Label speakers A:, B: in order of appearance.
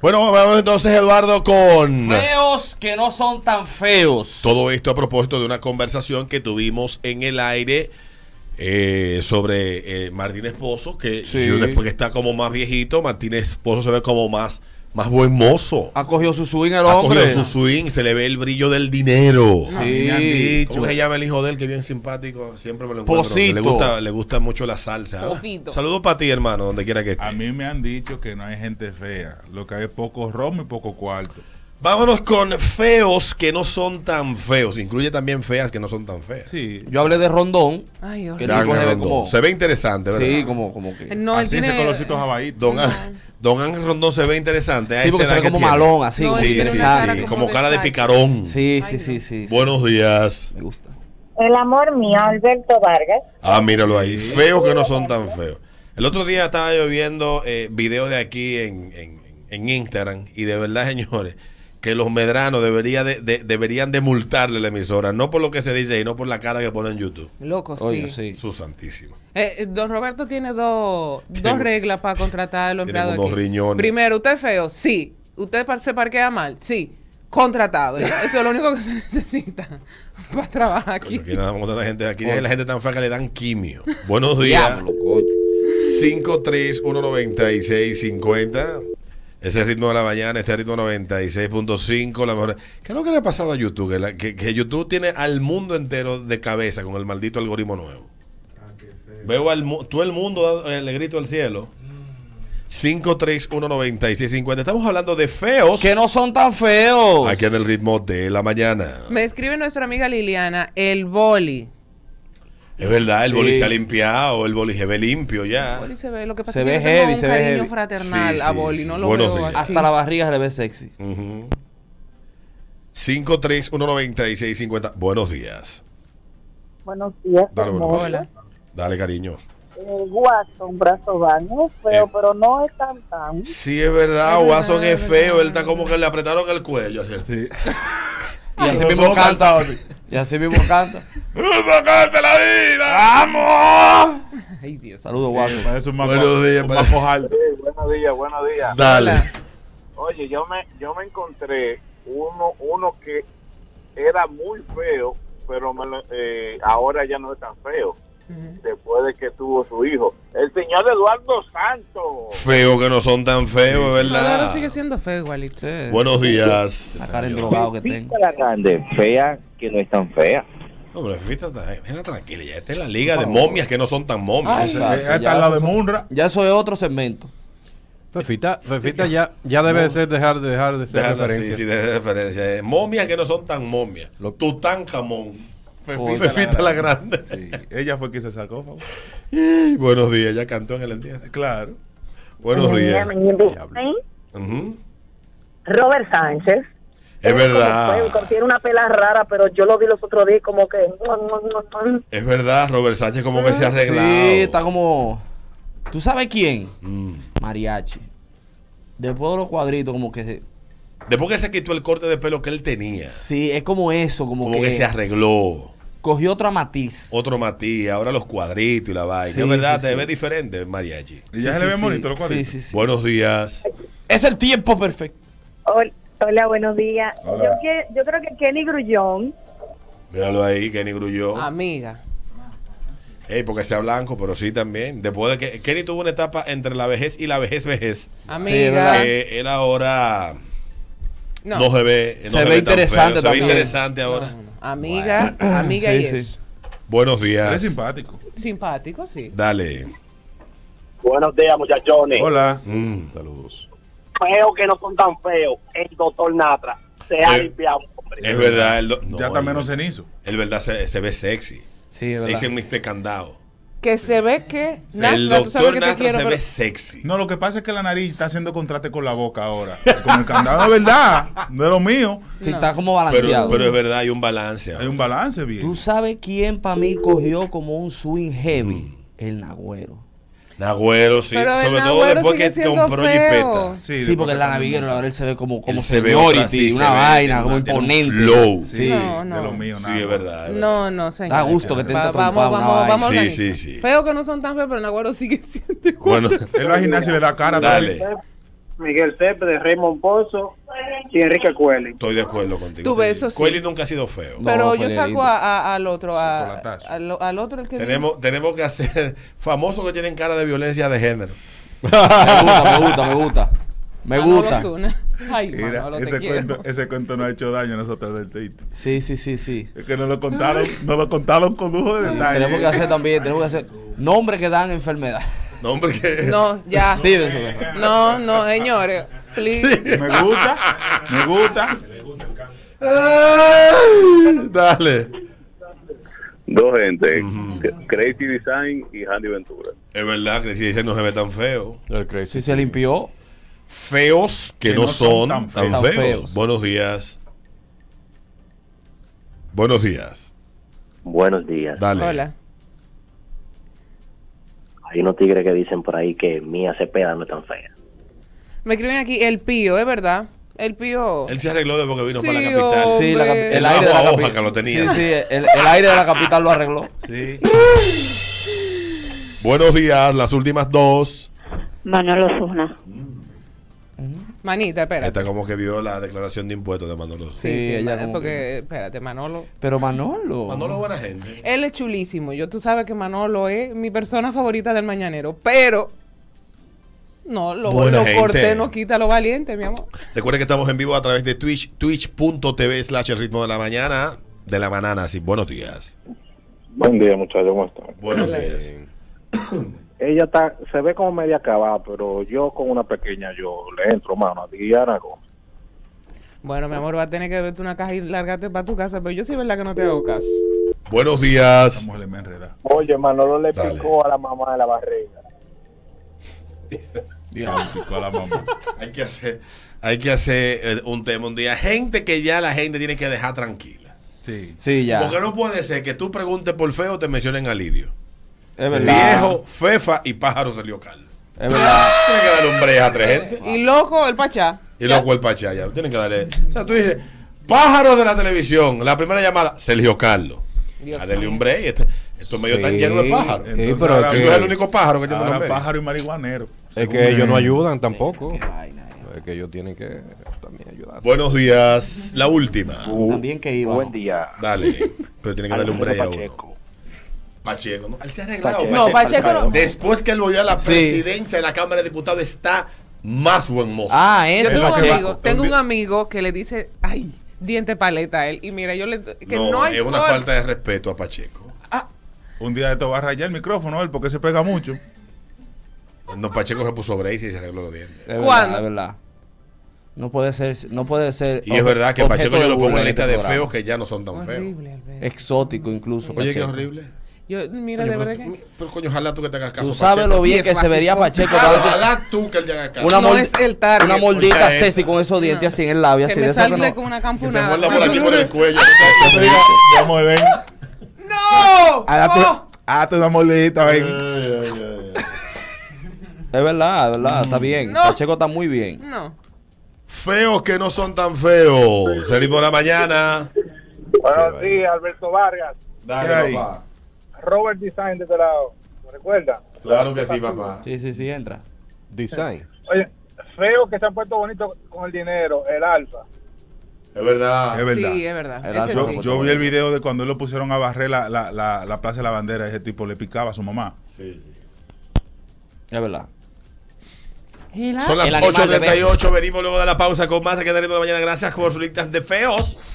A: Bueno, vamos entonces, Eduardo, con
B: Feos que no son tan feos.
A: todo esto a propósito de una conversación que tuvimos en el aire eh, sobre eh, Martínez Pozo, que
B: Sí.
A: yo después que está como más viejito, Martínez Pozo se ve como más, más buen mozo.
B: Ha cogido su swing el
A: Ha cogido
B: Ah, hombre.
A: su swing, se le ve el brillo del dinero.
B: Sí. A mí me han dicho.
A: ¿Cómo se llama el hijo de él? Que bien simpático. Siempre me lo encuentro.
B: Pocito.
A: Le gusta, le gusta mucho la salsa. ¿eh?
C: Pocito.
A: Saludos para ti, hermano, donde quiera que
D: A
A: estés.
D: mí me han dicho que no hay gente fea. Lo que hay es poco romo y poco cuarto.
A: Vámonos con feos que no son tan feos. Incluye también feas que no son tan feas.
D: Sí.
B: Yo hablé de Rondón.
C: Ay, Dios.
B: Que
A: Dan
B: tipo se ve
A: Rondón.
B: como-
A: Se ve interesante, ¿verdad?
B: Sí, como, como que.
C: No, él
D: así
C: tiene.
D: ese colorcito jabaíto.
A: Don, Ángel- Don Ángel Rondón se ve interesante. a
B: Sí, porque
A: esta
B: se
A: edad
B: ve
A: que
B: como
A: tiene.
B: malón, así.
C: No,
B: como
C: él
A: Sí, sí,
C: tiene
A: sí,
C: una
B: interesante.
C: cara
A: sí,
C: como
A: Como
C: de
A: cara de
C: saco.
A: picarón.
B: Sí, sí,
C: Ay, no.
B: sí, sí. sí.
A: Buenos días.
B: Me gusta.
E: El amor mío, Alberto Vargas.
A: Ah, míralo ahí. Feos que no son tan feos. El otro día estaba yo viendo eh, videos de aquí en, en- en Instagram y de verdad, señores, que los medranos debería de- de- deberían de multarle la emisora, no por lo que se dice y no por la cara que pone en YouTube.
C: Loco, sí.
B: Oye, sí.
A: Su santísimo.
C: Eh, eh, don Roberto tiene dos, dos
A: Tengo-
C: reglas para contratar a los
A: Tenemos
C: empleados.
A: dos
C: aquí.
A: riñones.
C: Primero, ¿usted es feo? Sí. ¿Usted par- se parquea mal? Sí. Contratado. Ya, Eso es lo único que se necesita para trabajar aquí.
A: Coño, aquí nada más con tanta gente. Aquí es la gente tan fea que le dan quimio. Buenos días.
B: Oh. Diablo, coño.
A: 5319650. Ese ritmo de la mañana, este ritmo 96.5, la mejor. ¿Qué es lo que le ha pasado a YouTube? Que, la- que- que YouTube tiene al mundo entero de cabeza con el maldito algoritmo nuevo. Veo al mu- todo el mundo da- eh, le grito al cielo. 5319650. Estamos hablando de feos
B: Que no son tan feos.
A: aquí en el ritmo de la mañana.
C: Me escribe nuestra amiga Liliana, el boli.
A: Es verdad, el
B: Sí.
A: boli se ha limpiado, el boli se ve limpio ya.
C: Boli se ve, lo que pasa
B: Se
C: es que
B: ve
C: yo tengo
B: heavy,
C: un
B: se ve
C: cariño
B: heavy.
C: fraternal
A: Sí,
C: a
A: sí,
C: Boli,
A: sí.
C: no lo
A: Buenos
C: veo
A: días.
C: así.
B: Hasta la barriga se le ve sexy.
A: Ujú. 5319650. Buenos días.
E: Buenos días.
A: Dale, buenos
C: Hola.
A: días. Dale, cariño.
E: Eh, Guasón, brazo baño, es feo,
A: Eh.
E: pero no es tan tan.
A: Sí, es verdad,
C: Es
A: Watson
C: verdad,
A: es
C: es
A: feo.
C: verdad.
A: Él está como que le apretaron el cuello. así.
D: Sí.
B: Y así
D: Pero
B: mismo
D: somos
B: canta.
D: cantados.
B: Y así mismo canta.
A: ¡Sacarte la vida!
B: ¡Vamos!
C: Ay, Dios.
B: Saludos,
D: Eh,
B: guapo.
D: Parece un maco,
A: Buenos días,
D: un
A: parece-
D: maco alto.
F: Buenos días, buenos días.
A: Dale.
C: Hola.
F: Oye, yo me, yo me encontré uno, uno que era muy feo, pero me lo- eh, ahora ya no es tan feo,
C: Ujú.
F: después de que tuvo su hijo. El señor Eduardo Santos.
A: Feo que no son tan feos, es
C: Eduardo
A: ¿verdad?
C: sigue siendo feo igualito.
B: Sí.
A: Buenos
B: La
A: días.
B: cara en drogado que tengo.
G: la grande, fea que no es tan fea.
A: Hombre, fíjate, déjala tranquila. Ya está en la liga de momias que no son tan momias.
B: Ay,
A: Ese-
B: la-
D: Eh, Hasta
B: ya
D: al lado de
B: eso-
D: Munra.
B: Ya eso es otro segmento.
H: Fefita, Fefita ya, ya debe de ser dejar, dejar de ser
A: Déjala así,
H: referencia.
A: sí, de referencia. Eh, Momias que no son tan momias.
H: Lo-
A: Tutankamón.
B: Fefita
A: Fefita la grande.
D: Sí, Ella fue quien se sacó. favor.
A: Ey, Buenos días, ya cantó en el entierro.
D: Claro.
A: Buenos
E: Eh,
A: días.
H: Diablo.
A: Ujú.
E: Robert Sánchez.
A: Es verdad.
E: Tiene una pela rara, pero yo lo vi los otros días como que.
A: Es verdad, Robert Sánchez como que se ha arreglado.
B: Ah, Sí, está como. ¿Tú sabes quién?
A: Mm.
B: Mariachi. Después de los cuadritos, como que. se-
A: Después que se quitó el corte de pelo que él tenía,
B: Sí, es como eso, como,
A: como que se arregló.
B: cogió otra matiz.
A: Otro Matías, ahora los cuadritos y la vaina.
B: Sí,
A: es verdad,
B: sí,
A: te
B: sí.
A: ve diferente, mariachi.
D: Y ya
B: Sí,
D: se le
B: sí,
D: ve
B: sí.
D: bonito los
B: Sí,
D: cuadritos.
B: sí, sí.
A: Buenos días.
B: Es el tiempo perfecto.
E: Hola, buenos días.
D: Hola.
E: Yo, que, yo creo que Kenny Grullón.
A: Míralo ahí, Kenny Grulló.
B: Ah.
C: Amiga.
A: Ey, porque sea blanco, pero sí también. Después de que Kenny tuvo una etapa entre la vejez y la vejez vejez.
C: Amiga.
B: ¿verdad?
A: que él ahora no,
C: no.
A: se ve. no
B: Se ve
A: tan
B: interesante
A: feo, Se ve
B: también.
A: interesante ahora.
C: No, no, no. Amiga, amiga y
B: Sí, sí.
C: eso.
B: Ah.
A: Buenos días.
D: Es simpático.
C: Simpático, sí.
A: Dale.
F: Buenos días, muchachones.
D: Hola.
A: Mm.
D: Saludos.
F: Feos que no son tan feos. El doctor Natra se
A: ha Eh.
F: limpiado, hombre.
A: Es verdad. El, do- no,
D: ya está
A: el-
D: menos cenizo.
A: El verdad se, se ve sexy.
B: Sí, es
A: Le
B: verdad.
A: dicen Mr. Candado.
C: Que se ve que. Nasla,
A: el
C: tú sabes
A: doctor
C: que te
A: Nasra
C: quiero,
A: se
C: pero-
A: ve sexy.
D: No, lo que pasa es que la nariz está haciendo contraste con la boca ahora. Con el candado, es verdad. No es lo mío.
B: Sí,
C: No.
B: está como
A: pero,
B: balanceado.
A: pero es verdad, hay un balance.
D: Hay un balance bien.
B: ¿Tú sabes quién para mí cogió como un swing heavy?
A: Mm.
B: El Nagüero.
A: Nagüero, sí.
C: Pero el
A: Sobre todo
C: Nagüero
A: después
C: sigue
A: que
C: siendo
A: compró
C: feo.
A: Jipeta.
B: Sí,
D: después
B: porque
D: que
B: la
D: también-
B: naviera ahora él se ve como, como
A: Él se ve otra, sí,
B: seniority,
A: se
B: una
A: ve,
B: vaina,
A: tiene
B: como
A: una- tiene un
B: imponente.
A: flow.
D: Sí,
C: No, no.
D: de lo mío, nada.
A: Sí, es verdad. es verdad.
C: No, no, señor.
B: Da gusto que te
C: Va-
B: entre
C: Vamos,
B: trompado una
C: vamos,
B: vaina.
C: vamos.
A: Sí,
C: organizar.
A: sí, sí.
C: Feo que no son tan feos, pero Nagüero sigue siendo igual.
A: Bueno,
D: Él va al gimnasio y le da cara.
A: dale.
I: Miguel Cepeda, Raymond Pozo y Enrique Cueli.
A: Estoy de acuerdo contigo.
C: Tú ves, eso sí.
A: Coeli nunca ha sido feo.
B: No,
C: Pero yo
B: Juanelito.
C: saco a- a- al otro, a-
D: Chocolatazo.
C: al, al otro el que
A: Tenemos, tenemos que hacer famosos que tienen cara de violencia de género.
B: Me gusta, me gusta, me gusta. Me
C: Manolo
B: gusta.
C: Zuna. Ay,
D: Mira,
C: Manolo, te
D: ese,
C: quiero.
D: cuento, ese cuento no ha hecho daño a nosotros del Tito.
B: Sí, sí, sí, sí.
D: Es que nos lo contaron, nos lo contaron con lujo de detalle.
B: Tenemos que hacer también, tenemos que hacer nombres que dan enfermedad.
A: No, hombre, que.
C: No, ya.
B: Stevenson.
C: No, no, señores. Please.
D: Me gusta, me gusta.
A: Ay, dale.
F: Dos gente, Crazy Design y Handy Ventura.
A: Es verdad, que si dice no se ve tan feo.
H: El crazy.
B: Si se limpió,
A: Feos que, no, son, tan, feos.
D: tan
B: feos.
A: Buenos días. Buenos días.
G: Buenos días.
A: Dale.
C: Hola.
G: Hay unos tigres que dicen por ahí que Mía Cepeda no es tan fea.
C: Me escriben aquí el pío, es verdad. El pío.
A: Él se arregló desde que vino
C: Sí,
A: para la capital.
C: oh.
B: sí, la cap-
C: Hombre.
B: el aire de la
A: Bajo a hoja
B: capital.
A: que lo tenía.
B: Sí, sí, el, el aire de la capital lo arregló.
D: Sí.
A: Buenos días, las últimas dos.
J: Manolo Zuna.
C: Manita, espérate.
A: Esta como que vio la declaración de impuestos de Manolo.
C: Sí,
B: Sí,
C: sí,
B: ella
C: Ma-
B: como
C: porque,
B: que-
C: espérate, Manolo.
B: Pero Manolo.
A: Manolo es buena gente.
C: Él es chulísimo. Yo tú sabes que Manolo es mi persona favorita del mañanero, pero no, lo,
A: Buena
C: lo
A: gente.
C: corté, no quita lo valiente, mi amor.
A: Recuerden que estamos en vivo a través de Twitch, twitch.tv slash el ritmo de la mañana, de la banana, así. Buenos días.
F: Buen día, muchachos, ¿cómo están?
A: Buenos días.
F: Ella está, se ve como media acabada, pero yo con una pequeña yo le entro mano a Diana Gómez.
C: Bueno, mi amor, va a tener que verte una caja y largarte para tu casa, pero yo sí es verdad que no te hago caso.
A: Buenos días.
D: Esta mujer me enreda.
I: Oye, Manolo le
A: Dale.
I: picó a la mamá de la barriga.
D: Le picó a la mamá.
A: Hay que hacer, hay que hacer eh, un tema un día. Gente que ya la gente tiene que dejar tranquila.
D: Sí.
B: Sí, ya.
A: Porque no puede ser que tú preguntes por feo te mencionen a Lidio.
B: Es verdad.
A: Viejo, fefa y pájaro salió Carlos.
B: Es verdad.
A: Tiene que darle un break a tres gente.
C: Y loco, el pachá.
A: Y los cuerpos allá. Tienen que darle. O sea, tú dices, pájaros de la televisión. La primera llamada, Sergio Carlos.
C: Dios
A: A darle un break. Este, estos medios están llenos de pájaros.
D: Eh,
H: Sí,
D: Entonces,
H: pero
D: ahora
H: es
A: Tú
H: que-
A: eres el único pájaro que tiene una
D: Ahora
A: media.
D: pájaro y marihuanero.
H: es que ellos no ayudan tampoco. Es que ellos tienen que también ayudar.
A: Buenos días. La última.
B: También que iba.
G: Buen día.
A: Dale. Pero tiene que darle un break a uno.
G: Pacheco.
A: Pacheco, ¿no? Él se ha arreglado.
G: Pacheco.
C: No, Pacheco no.
A: Después que él volvió a la
B: Sí.
A: presidencia de la Cámara de Diputados, está más buen mozo.
B: Ah,
C: Yo
B: eso
C: tengo
D: la
C: un
D: que va-
C: amigo, tengo un amigo que le dice, ay, diente paleta a él. Y mira, yo le que no,
A: no,
C: hay
A: es una
C: forma.
A: falta de respeto a Pacheco.
D: Un día de esto va a rayar el micrófono él porque se pega mucho.
A: No, Pacheco se puso brace y se arregló los dientes.
B: Es
C: ¿Cuándo?
B: verdad, es verdad. No puede ser, no puede ser.
A: Y es verdad que
B: objeto
A: Pacheco
B: de
A: yo lo
B: burla
A: pongo en la
B: en
A: lista
B: este
A: de
B: programa.
A: feos que ya no son tan feos.
C: Horrible, Alberto.
B: Exótico incluso.
A: Oye, qué
B: Pacheco.
A: horrible.
C: Yo, mira,
D: Oye,
C: de
D: pero
C: verdad
A: Pero,
C: que.
A: coño, ojalá tú que te hagas caso.
B: Tú sabes
A: Pacheco.
B: lo bien que
C: Viejo,
B: se vería
C: así,
B: Pacheco.
A: Claro,
B: dando-
A: Ojalá tú que le hagas caso.
B: Una
C: No
B: mol-
C: es el target.
B: Una mordida
A: Oye,
B: Ceci con esos dientes
C: No.
B: así en el labio.
C: Que
B: así
C: me
B: de esas que
C: salga
B: no-
C: con una
A: que te
C: campunada.
A: muerda por aquí por el cuello.
D: Vamos a ver. Ah,
C: ¡No!
A: Ah,
D: Hágate,
C: ¡Oh!
D: hágate una mordidita,
A: Ay,
D: ven.
A: ay, ay, ay.
B: Es verdad, es verdad. Está bien.
C: No.
B: Pacheco está muy bien.
C: No.
A: Feos que no son tan feos. Se ritmo de la mañana.
I: Buenos días, Alberto Vargas.
D: Dale,
A: papá.
I: Robert Design de este lado. ¿Me recuerda?
A: Claro que sí, papá.
B: Sí, sí, sí, entra.
H: Design.
I: Oye, feo que se han puesto bonitos con el dinero, el alfa.
A: Es verdad.
D: Es verdad.
C: Sí, es verdad.
B: Era
C: Ese
D: Yo,
C: sí.
D: yo vi el video de cuando él lo pusieron a barrer la, la, la, la Plaza de la Bandera. Ese tipo le picaba a su mamá.
A: Sí, sí.
B: Es verdad.
A: Son las
B: El animal de
A: 8.38, venimos luego de la pausa con más aquí en el ritmo de la mañana. Gracias por sus listas de feos